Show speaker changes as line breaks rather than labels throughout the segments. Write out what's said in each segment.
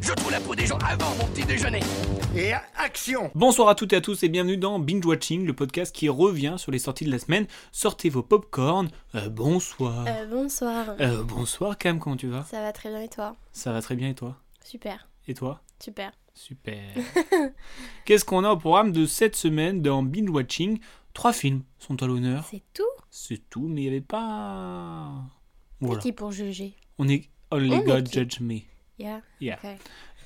Je trouve la peau des gens avant mon petit déjeuner.
Et action
Bonsoir à toutes et à tous et bienvenue dans Binge Watching, le podcast qui revient sur les sorties de la semaine. Sortez vos popcorn. Euh, bonsoir.
Euh, bonsoir.
Euh, bonsoir Cam, comment tu vas
Ça va très bien et toi
Ça va très bien et toi
Super.
Et toi
Super.
Super. Qu'est-ce qu'on a au programme de cette semaine dans Binge Watching Trois films sont à l'honneur.
C'est tout
C'est tout, mais il n'y avait pas...
Voilà. qui pour juger
On est... Only oh, God judge me.
Yeah.
Yeah.
Okay.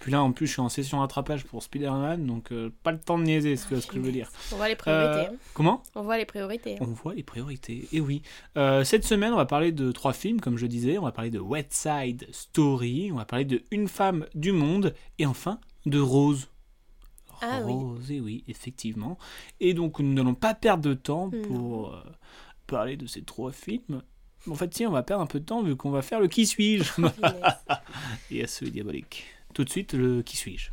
Puis là, en plus, je suis en session rattrapage pour Spider-Man, donc euh, pas le temps de niaiser, si tu vois ce que je veux dire.
On voit les priorités.
Euh, comment
On voit les priorités.
On voit les priorités, et oui. Euh, cette semaine, on va parler de trois films, comme je disais. On va parler de West Side Story, on va parler de Une femme du monde, et enfin de Rose.
Ah,
Rose,
oui.
et oui, effectivement. Et donc, nous n'allons pas perdre de temps
Non.
pour euh, parler de ces trois films. En fait, si, on va perdre un peu de temps vu qu'on va faire le qui suis-je.
Finesse.
Et à ce diabolique. Tout de suite, le qui suis-je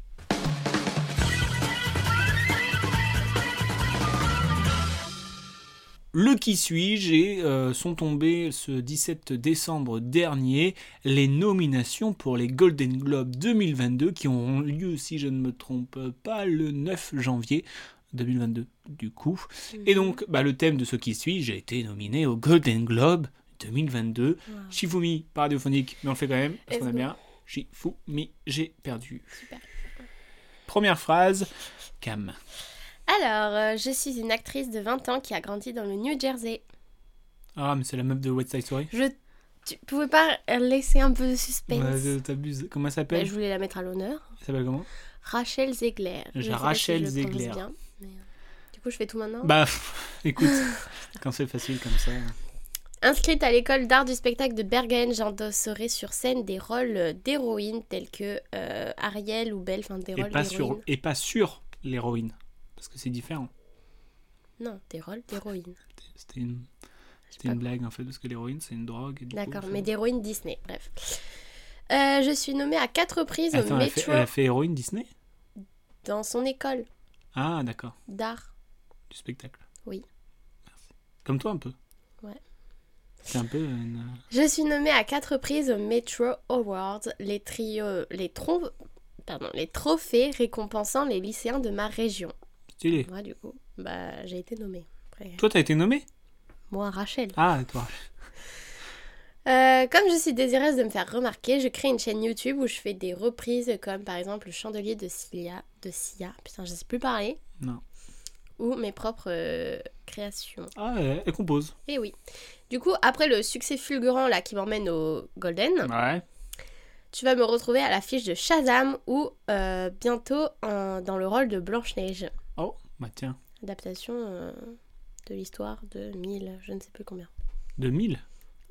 Le qui suis-je et euh, sont tombés ce 17 décembre dernier les nominations pour les Golden Globes 2022 qui auront lieu, si je ne me trompe pas, le 9 janvier 2022 du coup. Et donc, bah, le thème de ce qui suis-je a été nominé aux Golden Globes 2022.
Wow.
Shifumi, pas radiophonique, mais on le fait quand même parce
Let's
qu'on aime
go.
bien. Shifumi, j'ai perdu.
Super.
Première phrase, Cam.
Alors, euh, je suis une actrice de 20 ans qui a grandi dans le New Jersey.
Ah, mais c'est la meuf de West Side Story.
Je... Tu pouvais pas laisser un peu de suspense
Ouais, T'abuses. Comment
Bah,
elle s'appelle
Je voulais la mettre à l'honneur.
Elle s'appelle comment
Rachel Zegler. Je sais pas si
Rachel
je le prononce
Zegler.
bien, mais, euh, Du coup, je fais tout maintenant.
Bah, écoute, quand c'est facile comme ça.
Inscrite à l'école d'art du spectacle de Bergen, j'endosserai sur scène des rôles euh, d'héroïnes tels que euh, Ariel ou Belle, enfin des
Et
rôles
pas, sur,
d'héroïnes.
et pas sur l'héroïne. Parce que c'est différent.
Non, des rôles d'héroïnes.
C'était- C'était une,
Je sais
c'était
pas
une blague en fait, parce que l'héroïne c'est une drogue. et du coup,
D'accord,
ça-
mais d'héroïne Disney, bref. Euh, je suis nommée à quatre reprises au
Attends, elle a, fait,
Metro
elle a fait héroïne Disney
dans son école
Ah, d'accord,
d'art.
du spectacle.
Oui.
Merci. Comme toi un peu
Ouais.
C'est un peu une. euh,
Je suis nommée à quatre reprises au Metro Awards, les, trio- les, tron- pardon, les trophées récompensant les lycéens de ma région.
Stylé.
Moi, du coup, bah, j'ai été nommée. Après,
Toi, t'as été nommé
moi, Rachel.
Ah, toi.
Euh, comme je suis désireuse de me faire remarquer, je crée une chaîne YouTube où je fais des reprises comme par exemple le chandelier de Sia, de Sia, putain je sais plus parler,
Non.
ou mes propres euh, créations.
Ah, elle, elle compose.
Et oui. Du coup, après le succès fulgurant là qui m'emmène au Golden,
Ouais.
tu vas me retrouver à l'affiche de Shazam ou euh, bientôt en- dans le rôle de Blanche-Neige.
Oh, bah tiens.
Adaptation euh, de l'histoire de 1000, je ne sais plus combien.
2000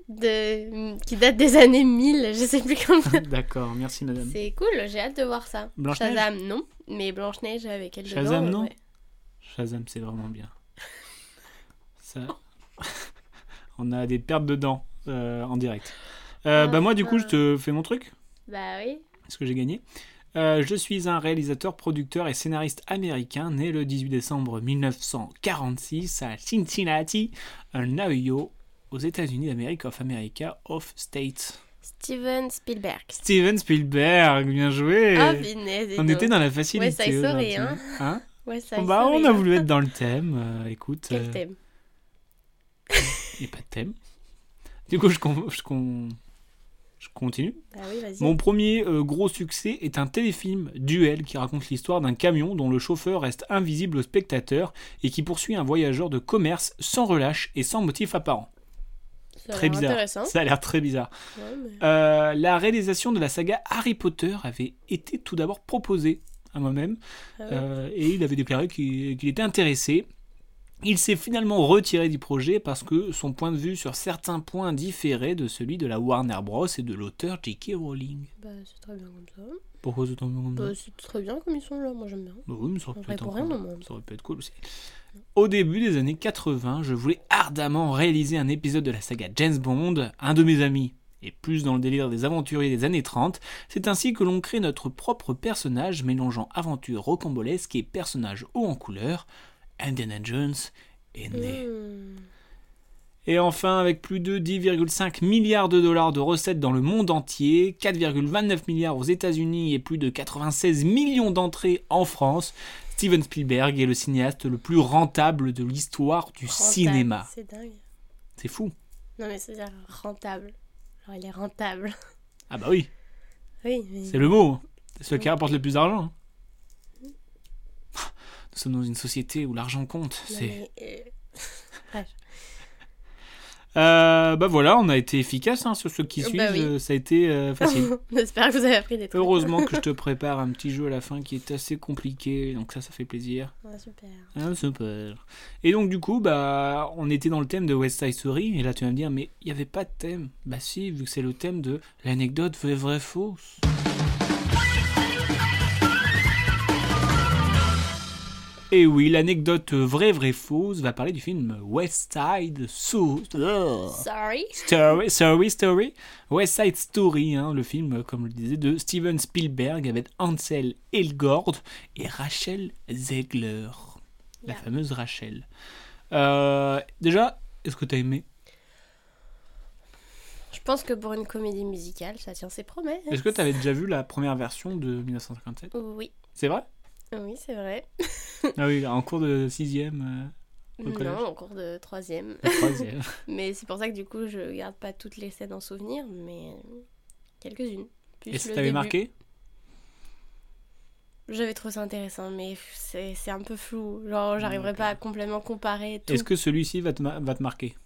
De, qui date des années 1000, je sais plus combien.
D'accord, merci madame.
C'est cool, j'ai hâte de voir ça.
Blanche-Neige
Shazam, non. Mais Blanche-Neige avec elle
Shazam,
dedans,
non
euh, ouais.
Shazam, c'est vraiment bien. Ça... On a des pertes de dents euh, en direct. Euh,
Ah,
bah moi, du coup, je
putain.
te fais mon truc.
Bah oui.
Est-ce que j'ai gagné Euh, je suis un réalisateur, producteur et scénariste américain né le 18 décembre 1946 à Cincinnati, en Ohio, aux États-Unis d'Amérique, of America, of States.
Steven Spielberg.
Steven Spielberg, bien joué
Ah, finesse, dis
On
donc.
était dans la
Ouais,
facilité.
ça y saurait,
aujourd'hui.
hein.
Hein
Ouais, ça y
bah,
saurait,
on a
hein.
voulu être dans le thème. euh, écoute,
Quel
euh,
thème
il n'y a pas de thème. Du coup, je, con- je, con- je continue.
Bah oui, vas-y.
Mon premier euh, gros succès est un téléfilm, Duel, qui raconte l'histoire d'un camion dont le chauffeur reste invisible au spectateur et qui poursuit un voyageur de commerce sans relâche et sans motif apparent.
Ça a
Très
l'air
bizarre.
intéressant.
Ça a l'air très bizarre.
Ouais, mais-
Euh, la réalisation de la saga Harry Potter avait été tout d'abord proposée à moi-même
Ah ouais.
euh, et il avait déclaré qu'il qu'il était intéressé. Il s'est finalement retiré du projet parce que son point de vue sur certains points différait de celui de la Warner Bros. et de l'auteur J.K. Rowling.
Bah, c'est très bien comme ça.
Pourquoi c'est tombé comme ça
Bah, c'est très bien comme ils sont là, moi j'aime bien.
Bah oui, mais ça aurait
On
pu être
répond
encore-
rien, non, mais-
ça aurait pu être cool aussi. Au début des années 80, je voulais ardemment réaliser un épisode de la saga James Bond, un de mes amis. Et plus dans le délire des aventuriers des années 30, c'est ainsi que l'on crée notre propre personnage mélangeant aventure rocambolesque et personnages hauts en couleur. Indiana Jones est né.
Hmm.
Et enfin, avec plus de 10,5 milliards de dollars de recettes dans le monde entier, 4,29 milliards aux États-Unis et plus de 96 millions d'entrées en France, Steven Spielberg est le cinéaste le plus rentable de l'histoire du
Rentable,
cinéma.
C'est dingue.
C'est fou.
Non, mais c'est-à-dire rentable. Genre, il est rentable.
Ah bah oui,
Oui, mais.
c'est le mot. hein. C'est celui qui rapporte le plus d'argent. hein. Nous sommes dans une société où l'argent compte.
non,
C'est
mais, euh,
Euh, bah voilà, on a été efficace hein, sur ceux qui
Bah
suivent.
oui.
euh, Ça a été euh, facile.
on espère que vous avez appris des trucs.
Heureusement que je te prépare un petit jeu à la fin qui est assez compliqué, donc ça, ça fait plaisir.
Ah, super.
Ah, super. Et donc, du coup, bah, on était dans le thème de West Side Story, et là, tu vas me dire, mais il n'y avait pas de thème. Bah, si, vu que c'est le thème de l'anecdote vraie, vraie, fausse. Et oui, l'anecdote vraie, vraie, fausse va parler du film West Side So-
Sorry.
Story, Story, Story, West Side Story, hein, le film, comme je le disais, de Steven Spielberg avec Ansel Elgord et Rachel Zegler, la
Yeah.
fameuse Rachel. Euh, déjà, est-ce que t'as aimé
Je pense que pour une comédie musicale, ça tient ses promesses.
Est-ce que t'avais déjà vu la première version de 1957
Oui,
C'est vrai
oui, c'est vrai. Mm.
Ah oui, en cours de sixième, Au collège.
Non, en cours de troisième.
euh, troisième.
Mais c'est pour ça que du coup, je garde pas toutes les scènes en souvenir, mais quelques-unes. Plus
Et ça
le
t'avait
début.
marqué
J'avais trouvé ça intéressant, mais c'est c'est un peu flou. Genre, j'arriverai pas à complètement comparer tout.
Est-ce que celui-ci va te, ma- va te marquer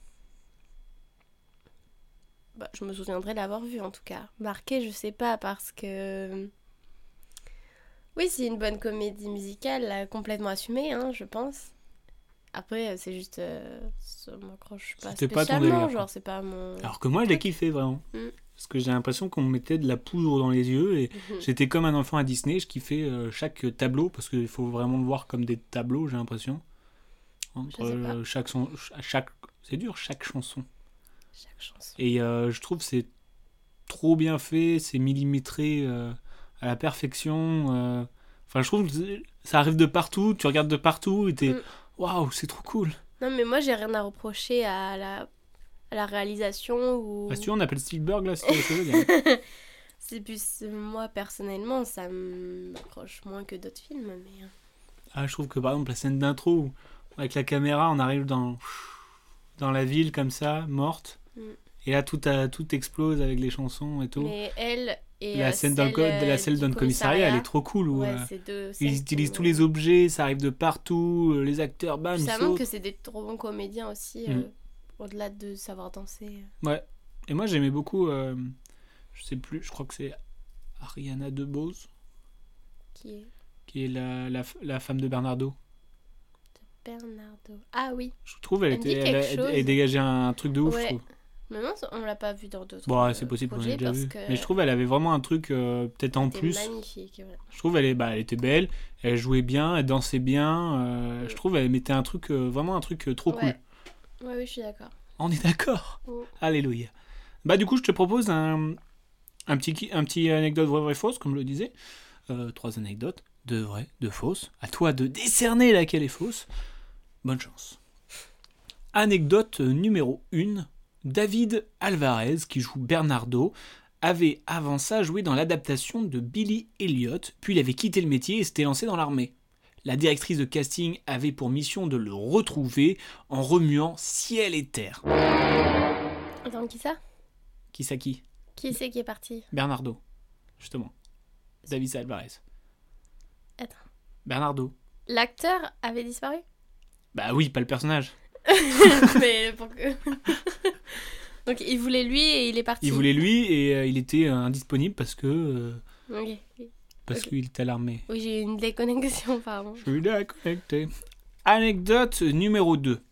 Bah, je me souviendrai l'avoir vu en tout cas. Marqué, je sais pas, parce que. Oui, c'est une bonne comédie musicale, là, complètement assumée, hein, je pense. Après, euh, c'est juste. euh, ça m'accroche pas
C'était pas ton
spécialement,
délire, quoi. Ah.
genre, c'est pas mon.
Alors que moi, je l'ai kiffé vraiment.
Mm.
Parce que j'ai l'impression qu'on me mettait de la poudre dans les yeux et
Mhm.
j'étais comme un enfant à Disney. Je kiffais euh, chaque tableau parce qu'il faut vraiment le voir comme des tableaux, j'ai l'impression. Entre
Je sais pas.
euh, chaque son, ch- chaque, c'est dur, chaque chanson.
Chaque chanson.
Et euh, je trouve que c'est trop bien fait, c'est millimétré euh, à la perfection. euh. Enfin, je trouve que c'est- ça arrive de partout, tu regardes de partout et t'es
Mm.
waouh, c'est trop cool.
Non, mais moi, j'ai rien à reprocher à la, à la réalisation ou.
Ah, si tu veux, on appelle Spielberg là, si tu veux, ce que je veux dire.
c'est plus. euh, Moi, personnellement, ça m'accroche moins que d'autres films, mais. euh,
Ah, je trouve que par exemple la scène d'intro où, avec la caméra, on arrive dans dans la ville comme ça, morte,
Mm.
et là tout a- tout explose avec les chansons et tout.
Mais elle et.
la
euh,
scène dans le co-
celle,
de la
euh,
scène
du
dans le commissariat, elle est trop cool où
Ouais,
euh,
c'est deux scènes
ils
qui
utilisent
m'ont-
tous les objets, ça arrive de partout, euh, les Mm. acteurs bam,
Puis
ils
ça montre
sautent.
que c'est des trop bons comédiens aussi, euh, au-delà de savoir danser. euh,
Ouais. Et moi j'aimais beaucoup, euh, je sais plus, je crois que c'est Ariana DeBose
Qui est
qui est la, la, la femme de Bernardo.
Bernardo. Ah oui,
Je trouve elle
Elle me
était,
dit
elle,
quelque
elle- elle
chose.
dégageait un truc de ouf.
Ouais.
Je trouve.
mais mince, on l'a pas vu dans d'autres.
Bon, ouais,
euh,
Bah, c'est possible qu'on
projets
l'ait déjà
parce
vu.
que
Mais je trouve elle avait vraiment un truc euh, peut-être en
c'était
plus.
magnifique. ouais.
Je trouve elle, est, bah, elle était belle, elle jouait bien, elle dansait bien. euh,
Mm.
Je trouve elle mettait un truc euh, vraiment un truc euh, trop cool.
Ouais. Ouais, oui, je suis d'accord.
On est d'accord.
Mm.
Alléluia. Bah du coup je te propose un, un petit qui- un petit anecdote vrai vrai fausse comme je le disais. Euh, trois anecdotes de vrai de fausse. À toi de décerner laquelle est fausse. Bonne chance. Anecdote numéro 1. David Alvarez, qui joue Bernardo, avait avant ça joué dans l'adaptation de Billy Elliot, puis il avait quitté le métier et s'était lancé dans l'armée. La directrice de casting avait pour mission de le retrouver en remuant ciel et terre.
Attends, qui ça
Qui ça qui
Qui c'est qui est parti
Bernardo, justement. David Alvarez.
Attends.
Bernardo.
L'acteur avait disparu
Bah oui, pas le personnage.
Mais pour que. Donc il voulait lui et il est parti.
Il voulait lui et euh, il était euh, indisponible parce que euh,
Ok.
parce
Ok.
qu'il était à l'armée.
Oui, j'ai eu une déconnexion, pardon.
Je suis déconnecté. Anecdote numéro 2.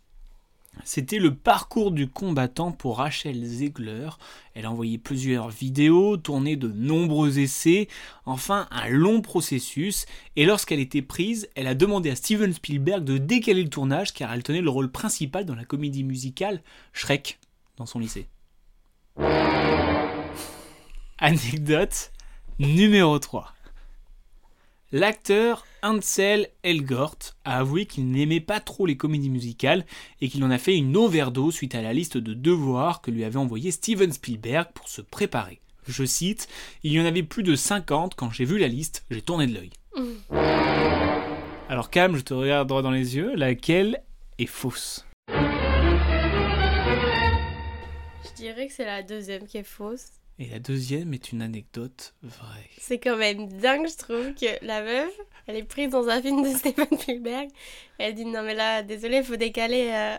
C'était le parcours du combattant pour Rachel Zegler. Elle a envoyé plusieurs vidéos, tourné de nombreux essais, enfin un long processus, et lorsqu'elle était prise, elle a demandé à Steven Spielberg de décaler le tournage car elle tenait le rôle principal dans la comédie musicale Shrek dans son lycée. Anecdote numéro 3. L'acteur Ansel Elgort a avoué qu'il n'aimait pas trop les comédies musicales et qu'il en a fait une overdose suite à la liste de devoirs que lui avait envoyé Steven Spielberg pour se préparer. Je cite Il y en avait plus de 50 quand j'ai vu la liste, j'ai tourné de l'œil. Alors Cam, je te regarde droit dans les yeux, laquelle est fausse
Je dirais que c'est la deuxième qui est fausse.
Et la deuxième est une anecdote vraie.
C'est quand même dingue, je trouve, que la meuf, elle est prise dans un film de Steven Spielberg. Elle dit non, mais là, désolé, faut décaler. euh,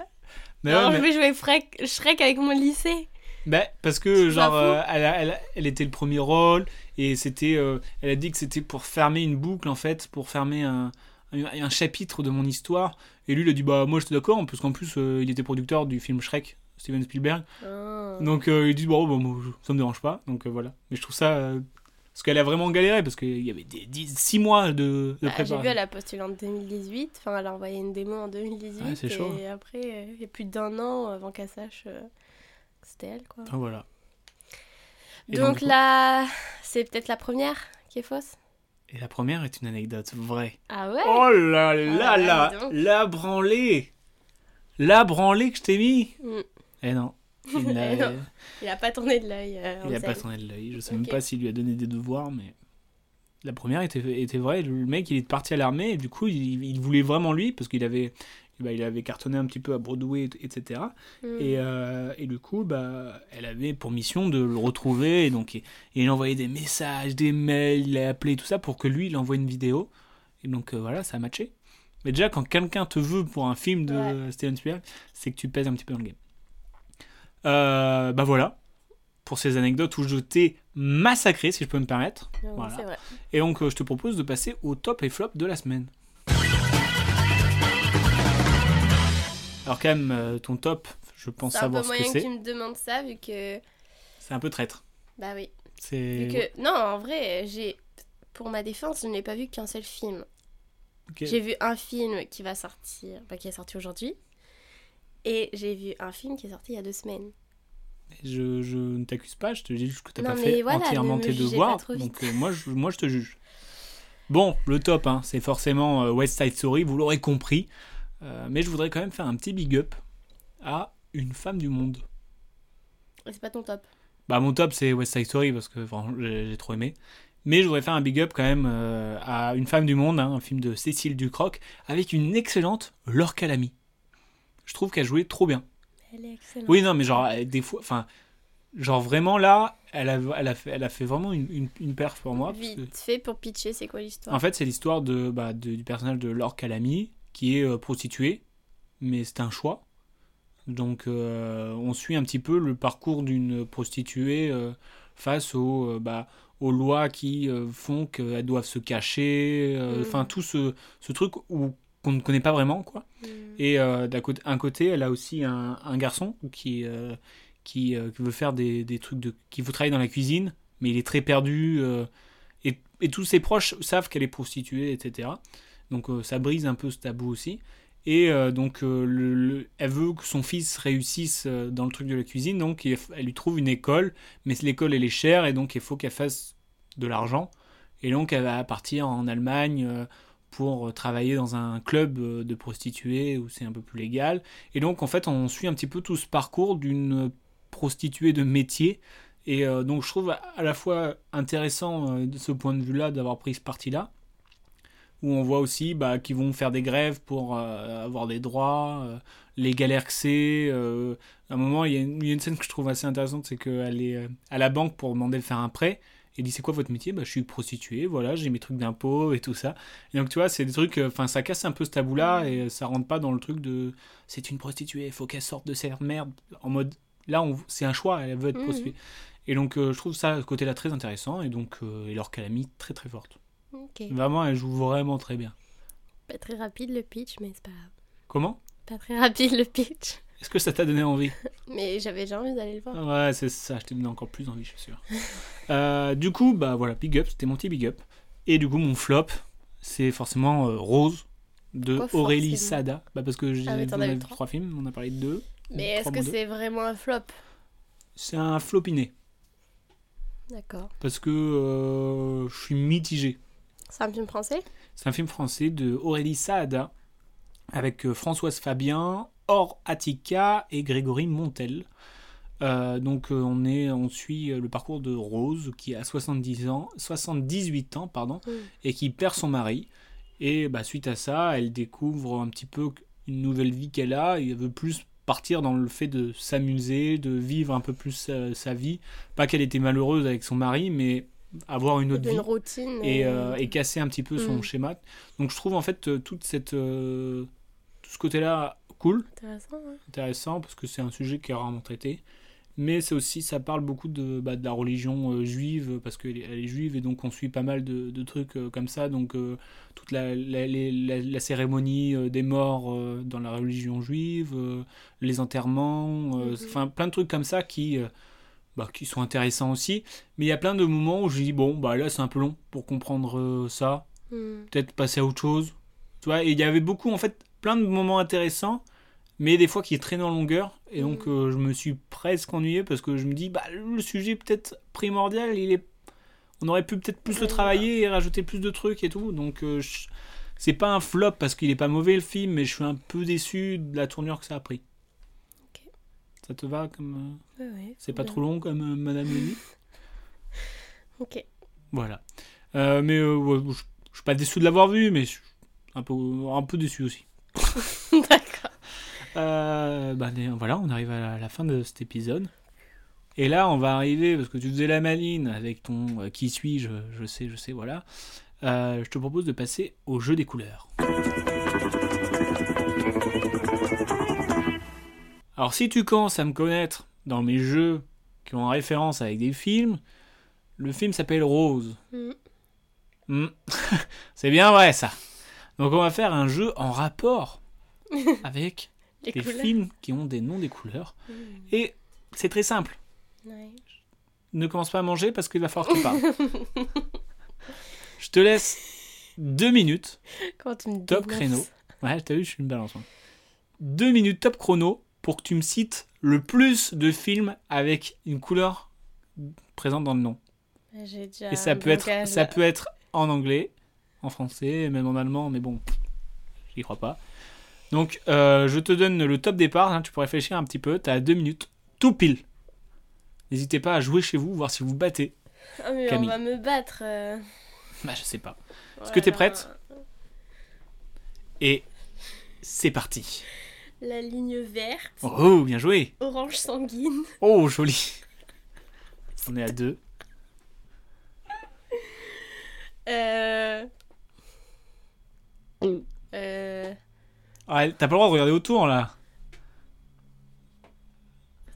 Mais
alors,
ouais, mais-
je vais jouer Frec- Shrek avec mon lycée.
Bah, parce que
C'est
genre
pas
euh, elle, a- elle a- elle était le premier rôle et c'était euh, elle a dit que c'était pour fermer une boucle en fait pour fermer un, un, un chapitre de mon histoire et lui il a dit bah moi j'étais d'accord parce qu'en plus euh, il était producteur du film Shrek Steven Spielberg
Oh.
donc euh, il dit bon, bon, bon, ça me dérange pas donc euh, voilà mais je trouve ça euh, parce qu'elle a vraiment galéré parce qu'il y avait des, 6 mois de, de
Bah, J'ai vu,
préparation
elle a postulé en 2018. Enfin, elle a envoyé une démo en 2018.
Ouais, c'est chaud.
Et après, euh, il y a plus d'un an avant qu'elle sache euh, que c'était elle, quoi.
Enfin, voilà Et
donc
donc-
là, c'est peut-être la première qui est fausse.
et la première est une anecdote vraie
Ah ouais
Oh là là
là là,
là
dis donc.
La branlée La branlée que je t'ai mis
Mm.
Eh non. Il
Eh
n'a
non. Il a pas tourné de l'œil. euh,
il a
Ansel.
pas tourné de l'œil. Je sais même
Ok.
pas s'il lui a donné des devoirs, mais. La première était, était vraie. Le mec, il est parti à l'armée et du coup, il, il voulait vraiment lui parce qu'il avait. bah, il avait cartonné un petit peu à Broadway, et- etc.
Mm.
Et, euh, et du coup, bah, elle avait pour mission de le retrouver. Et donc, il, il envoyait des messages, des mails, il l'a appelé, tout ça, pour que lui, il envoie une vidéo. Et donc, euh, voilà, ça a matché. Mais déjà, quand quelqu'un te veut pour un film de Steven Spielberg, c'est que tu pèses un petit peu dans le game. Euh, bah voilà, pour ces anecdotes où je t'ai massacré, si je peux me permettre.
Non,
Voilà.
C'est vrai.
Et donc, euh, je te propose de passer au top et flop de la semaine. Alors, quand même, euh, ton top, je pense
C'est un peu
savoir ce que
moyen que
c'est.
tu me demandes ça, vu que.
C'est un peu traître.
Bah oui.
C'est.
Vu que... Non, en vrai, j'ai. Pour ma défense, je n'ai pas vu qu'un seul film.
Ok.
J'ai vu un film qui va sortir, enfin, qui est sorti aujourd'hui, et j'ai vu un film qui est sorti il y a deux semaines.
Je, je ne t'accuse pas, je te dis juste que t'as
Non,
pas
mais
fait
voilà,
entièrement
ne me
tes
jugez pas
devoirs.
trop vite.
Donc, euh, moi, je, moi, je te juge. Bon, le top, hein, c'est forcément euh, West Side Story, vous l'aurez compris. Euh, mais je voudrais quand même faire un petit big up à une femme du monde.
Et C'est pas ton top.
Bah mon top c'est West Side Story parce que franchement j'ai j'ai trop aimé. Mais je voudrais faire un big up quand même euh, à Une femme du monde, hein, un film de Cécile Ducroc, avec une excellente Lorca Lamy. Je trouve qu'elle jouait trop bien.
Elle est excellente.
Oui non mais genre euh, des fois, enfin genre vraiment là, elle a, elle a, fait, elle a fait vraiment une, une, une perf pour moi. parce que-
Vite fait pour pitcher, c'est quoi l'histoire
en fait, c'est l'histoire de, bah, de- du personnage de Laure Calamy, qui est euh, prostituée, mais c'est un choix. Donc, euh, on suit un petit peu le parcours d'une prostituée euh, face aux, euh, bah, aux lois qui euh, font qu'elles doivent se cacher, euh,
Mm.
enfin, tout ce, ce truc où- qu'on ne connaît pas vraiment, quoi.
Mm.
Et euh, d'un côté, un côté, elle a aussi un, un garçon qui, euh, qui, euh, qui veut faire des, des trucs de, qui veut travailler dans la cuisine, mais il est très perdu. euh, et, et tous ses proches savent qu'elle est prostituée, etc. Donc euh, ça brise un peu ce tabou aussi. Et euh, donc euh, le- le- elle veut que son fils réussisse euh, dans le truc de la cuisine, donc il- elle lui trouve une école, mais l'école elle est chère et donc il faut qu'elle fasse de l'argent. Et donc elle va partir en Allemagne. euh, pour euh, travailler dans un club euh, de prostituées où c'est un peu plus légal. Et donc, en fait, on suit un petit peu tout ce parcours d'une prostituée de métier. Et euh, donc, je trouve à- à la fois intéressant euh, de ce point de vue-là d'avoir pris ce parti-là, où on voit aussi bah, qu'ils vont faire des grèves pour euh, avoir des droits, euh, les galères que c'est. euh. à un moment, il y, a une- il y a une scène que je trouve assez intéressante, c'est qu'elle est euh, à la banque pour demander de faire un prêt. Et dit c'est quoi votre métier bah, je suis prostituée, voilà, j'ai mes trucs d'impôts et tout ça. Et donc tu vois, c'est des trucs, euh, enfin ça casse un peu ce tabou là et euh, ça rentre pas dans le truc de c'est une prostituée, faut qu'elle sorte de cette merde en mode là on c'est un choix, elle veut être
Mhm.
prostituée. Et donc euh, je trouve ça ce côté là très intéressant et donc euh, et leur calamie très très forte.
Ok.
Hmm. Vraiment elle joue vraiment très bien.
Pas très rapide le pitch, mais c'est pas grave.
Comment
Pas très rapide le pitch.
Est-ce que ça t'a donné envie
Mais j'avais déjà envie d'aller le voir.
Ouais, c'est ça, je t'ai donné encore plus envie, je suis sûr. Euh, du coup, bah voilà, big up, c'était mon petit big up. Et du coup, mon flop, c'est forcément euh, Rose de
Pourquoi
Aurélie
forcément
Sada. Bah parce que j'ai
Ah oui,
on
t'en
a
as eu
vu
trois.
trois films, on a parlé de deux.
Mais
Trois
est-ce que
moins deux.
c'est vraiment un flop
C'est un flopiné,
D'accord.
parce que euh, je suis mitigé.
C'est un film français
C'est un film français de Aurélie Saada avec euh, Françoise Fabien, Or Attica et Grégory Montel. Euh, donc euh, on, est, on suit euh, le parcours de Rose qui a 70 ans, 78 ans pardon,
Mm.
et qui perd son mari. Et bah, suite à ça, elle découvre un petit peu une nouvelle vie qu'elle a et elle veut plus partir dans le fait de s'amuser, de vivre un peu plus euh, sa vie. Pas qu'elle était malheureuse avec son mari, mais avoir une autre vie
D'une routine.
et,
euh,
euh, et casser un petit peu son
Mm.
schéma. Donc je trouve en fait euh, toute cette, euh, tout ce côté-là cool,
Intéressant, hein.
intéressant, parce que c'est un sujet qui est rarement traité. Mais c'est aussi, ça parle beaucoup de, bah, de la religion euh, juive, parce qu'elle est- elle est juive, et donc on suit pas mal de, de trucs euh, comme ça. Donc euh, toute la, la- les- la- la cérémonie euh, des morts euh, dans la religion juive, euh, les enterrements, euh,
Mhm.
enfin plein de trucs comme ça qui, euh, bah, qui sont intéressants aussi. Mais il y a plein de moments où je dis, bon, bah là c'est un peu long pour comprendre euh, ça
Hmm.
peut-être passer à autre chose. Tu vois, et il y avait beaucoup, en fait, plein de moments intéressants, mais des fois qui traînent en longueur. Et donc,
Mm.
euh, je me suis presque ennuyé parce que je me dis, bah, le sujet peut-être primordial, il est... on aurait pu peut-être plus le
Ouais.
travailler et rajouter plus de trucs et tout. Donc, euh, je- c'est pas un flop parce qu'il est pas mauvais le film, mais je suis un peu déçu de la tournure que ça a pris.
Ok.
Ça te va comme. euh,
Ouais, ouais,
C'est pas
bien.
trop long comme euh, Madame Lily
Ok.
Voilà. Euh, mais euh, ouais, je je suis pas déçu de l'avoir vu, mais je suis un peu, un peu déçu aussi.
D'accord.
Euh, bah, né- voilà, on arrive à la, la fin de cet épisode. Et là, on va arriver, parce que tu faisais la maline avec ton euh, qui suis-je, je sais, je sais, voilà. Euh, je te propose de passer au jeu des couleurs. Alors, si tu commences à me connaître dans mes jeux qui ont en référence avec des films, le film s'appelle Rose.
Hmm.
Hmm. C'est bien vrai ça. Donc on va faire un jeu en rapport avec
Les
des
couleurs.
films qui ont des noms des couleurs. Et c'est très simple.
Ouais.
Ne commence pas à manger parce qu'il va falloir que tu parles. je te laisse deux minutes.
Quand tu me
Top
dénonces.
créneau. Ouais, t'as vu, je suis une balance. hein. Deux minutes top chrono pour que tu me cites le plus de films avec une couleur présente dans le nom.
bah, J'ai déjà
Et ça
un Ah,
peut, être,
blocage,
ça
là.
peut être en anglais, en français, même en allemand, mais bon, j'y crois pas. Donc, euh, je te donne le top départ, hein, tu peux réfléchir un petit peu, tu as deux minutes, tout pile. N'hésitez pas à jouer chez vous, voir si vous battez.
Ah, mais
Camille.
on va me battre. euh.
Bah, je sais pas.
Est-ce
que t'es prête Et c'est parti.
La ligne verte,
Oh, bien joué.
orange sanguine,
Oh, joli. On est à deux.
euh... Euh... De
Ouais, Ah, t'as pas le droit de regarder autour là.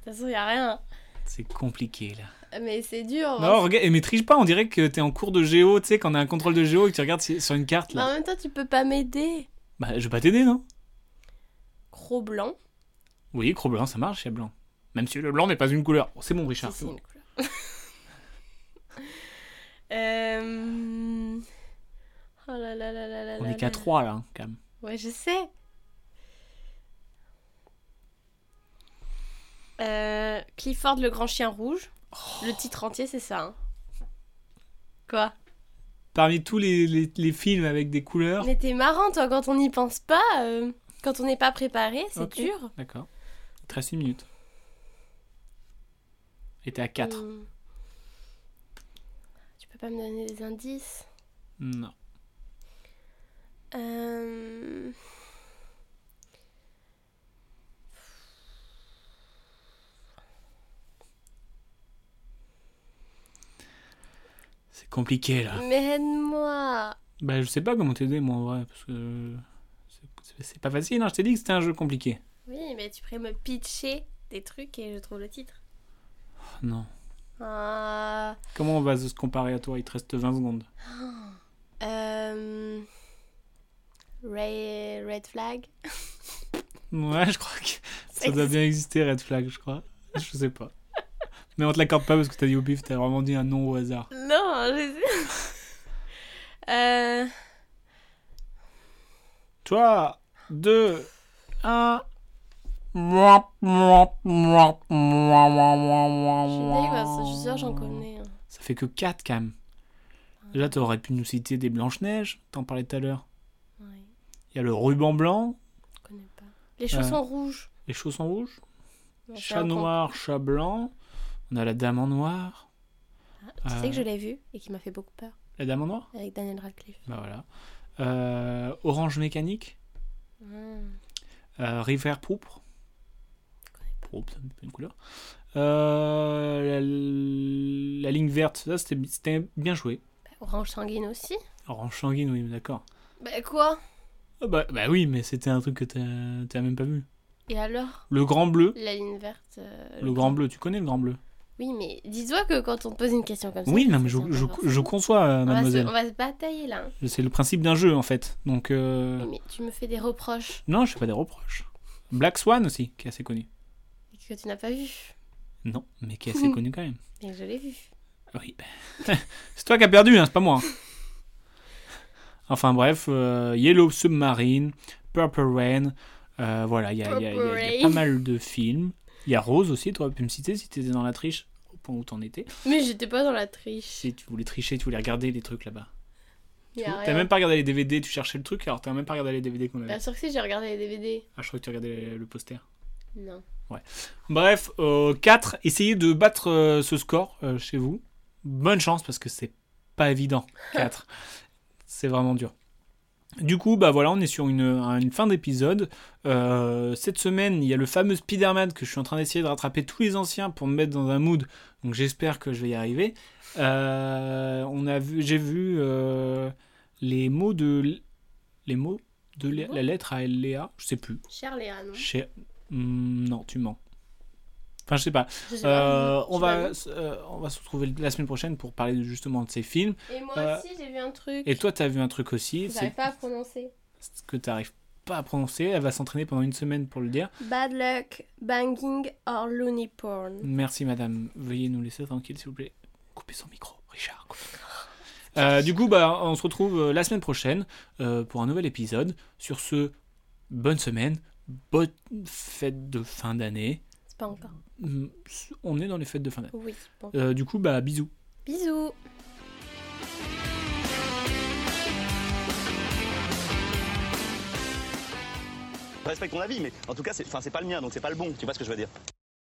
toute façon, y a rien.
C'est compliqué là.
Mais c'est dur. on va
Non, regarde, et maîtrise pas, on dirait que t'es en cours de géo, tu sais, quand on a un contrôle de géo et que tu regardes si- sur une carte
Bah,
là.
en même temps, tu peux pas m'aider.
Bah, je vais pas t'aider, non
Gros blanc.
Oui, gros blanc, ça marche, il y a blanc. Même si le blanc n'est pas une couleur. Bon, c'est bon, Richard.
Si,
c'est
c'est
bon.
une couleur. euh... Oh là là là là là
On
là
est qu'à
là.
3 là, hein, quand même.
Ouais, je sais. Euh, Clifford le grand chien rouge. Le titre entier, c'est ça. hein. Quoi
Parmi tous les, les- les films avec des couleurs.
Mais t'es marrant, toi, quand on n'y pense pas. euh, Quand on n'est pas préparé, c'est
Ok.
dur.
D'accord. Il te reste une minute. Et t'es à 4.
Hmm. Tu peux pas me donner des indices
Non.
Euh,
C'est compliqué là.
Mais aide-moi
Bah, je sais pas comment t'aider, moi, en vrai. Parce que. c'est- c'est- C'est pas facile, hein. Je t'ai dit que c'était un jeu compliqué.
Oui, mais tu pourrais me pitcher des trucs et je trouve le titre.
Oh, non.
Ah,
Comment on va se comparer à toi Il te reste 20 secondes.
euh, Ray- Red Flag
Ouais, je crois que ça doit bien exister, Red Flag, je crois. Je sais pas. Mais on te l'accorde pas parce que t'as dit au bif, t'as vraiment dit un nom au hasard.
Non, je sais. Euh,
3, 2, 1. Ça
je suis nulle, quoi, bah, je suis sûre, j'en connais. hein.
fait que 4 quand même. Déjà, t'aurais pu nous citer des Blanches-Neiges, t'en parlais tout à l'heure.
Ouais,
Il y a le ruban blanc,
je connais pas. Les chaussons rouges.
les chaussons rouges,
Non, c'est
chat
un conte.
noir, chat blanc. On a la dame en noir.
Ah, Tu sais
Euh,
que je l'ai vu et qui m'a fait beaucoup peur
La dame en noir
avec Daniel Radcliffe.
Bah voilà. Euh, Orange Mécanique,
Hmm.
euh, River Pourpre. Pourpre, ça me dit pas une couleur. Euh, la, la ligne verte, ça c'était c'était bien joué.
bah, Orange sanguine aussi
Orange Sanguine, oui, mais d'accord.
Bah quoi
Ah bah, bah oui, mais c'était un truc que t'as t'as même pas vu.
Et alors
Le Grand Bleu.
La ligne verte. euh,
Le Grand Bleu, tu connais le Grand Bleu
Oui, mais dis-toi que quand on te pose une question comme ça.
Oui,
ça,
non, mais je,
c'est
je-
intéressant.
je conçois, euh,
On va, se,
mademoiselle.
on va se batailler là. hein.
C'est le principe d'un jeu, en fait. Donc, euh,
Mais tu me fais des reproches
non, je fais pas des reproches. Black Swan aussi, qui est assez connu.
que tu n'as pas vu.
Non, mais qui est assez connu quand même.
Et que je l'ai vu.
Oui. c'est toi qui as perdu, hein, c'est pas moi. Enfin bref, euh, Yellow Submarine, Purple Rain, euh, voilà, il y, a- il y a- il y a- il y a pas
Purple Rain.
mal de films. Il y a Rose aussi, tu aurais pu me citer si t'étais dans la triche, au point où t'en étais.
Mais j'étais pas dans la triche.
Si tu voulais tricher, tu voulais regarder les trucs là-bas.
Y a
T'as
rien.
même pas regardé les DVD, tu cherchais le truc, alors t'as même pas regardé les DVD qu'on avait.
Bien sûr que si, j'ai regardé les DVD.
Ah, je crois que tu regardais le poster.
Non.
Bref, 4, essayez de battre euh, ce score euh, chez vous. Bonne chance parce que c'est pas évident. 4. c'est vraiment dur. Du coup, bah voilà, on est sur une, une fin d'épisode. Euh, cette semaine, il y a le fameux Spider-Man que je suis en train d'essayer de rattraper tous les anciens pour me mettre dans un mood. Donc j'espère que je vais y arriver. Euh, on a vu, j'ai vu euh, les mots de l- les mots de la, la lettre à Léa, je sais plus.
Cher Léa, non
Chez... Hmm, non, tu mens. Enfin, je sais pas.
Je sais
Euh,
pas.
on,
Tu l'as
va,
vu
s- euh, on va se retrouver la semaine prochaine pour parler de- justement de ces films.
Et moi
euh,
aussi, j'ai vu un truc.
Et toi, t'as vu un truc aussi,
J'arrive
c'est
pas à prononcer.
ce que t'arrives pas à prononcer. Elle va s'entraîner pendant une semaine pour le dire.
Bad luck, banging or loony porn.
Merci, madame. Veuillez nous laisser tranquille, s'il vous plaît. Coupez son micro, Richard. coupez son micro. Euh, du coup, bah, on se retrouve euh, la semaine prochaine euh, pour un nouvel épisode. Sur ce, bonne semaine, bonne fête de fin d'année.
C'est pas encore.
Hmm, On est dans les fêtes de fin d'année.
Oui, bon.
Euh, du coup, bah, bisous.
Bisous
Je respecte ton avis, mais en tout cas, c'est enfin, c'est pas le mien, donc c'est pas le bon. Tu vois ce que je veux dire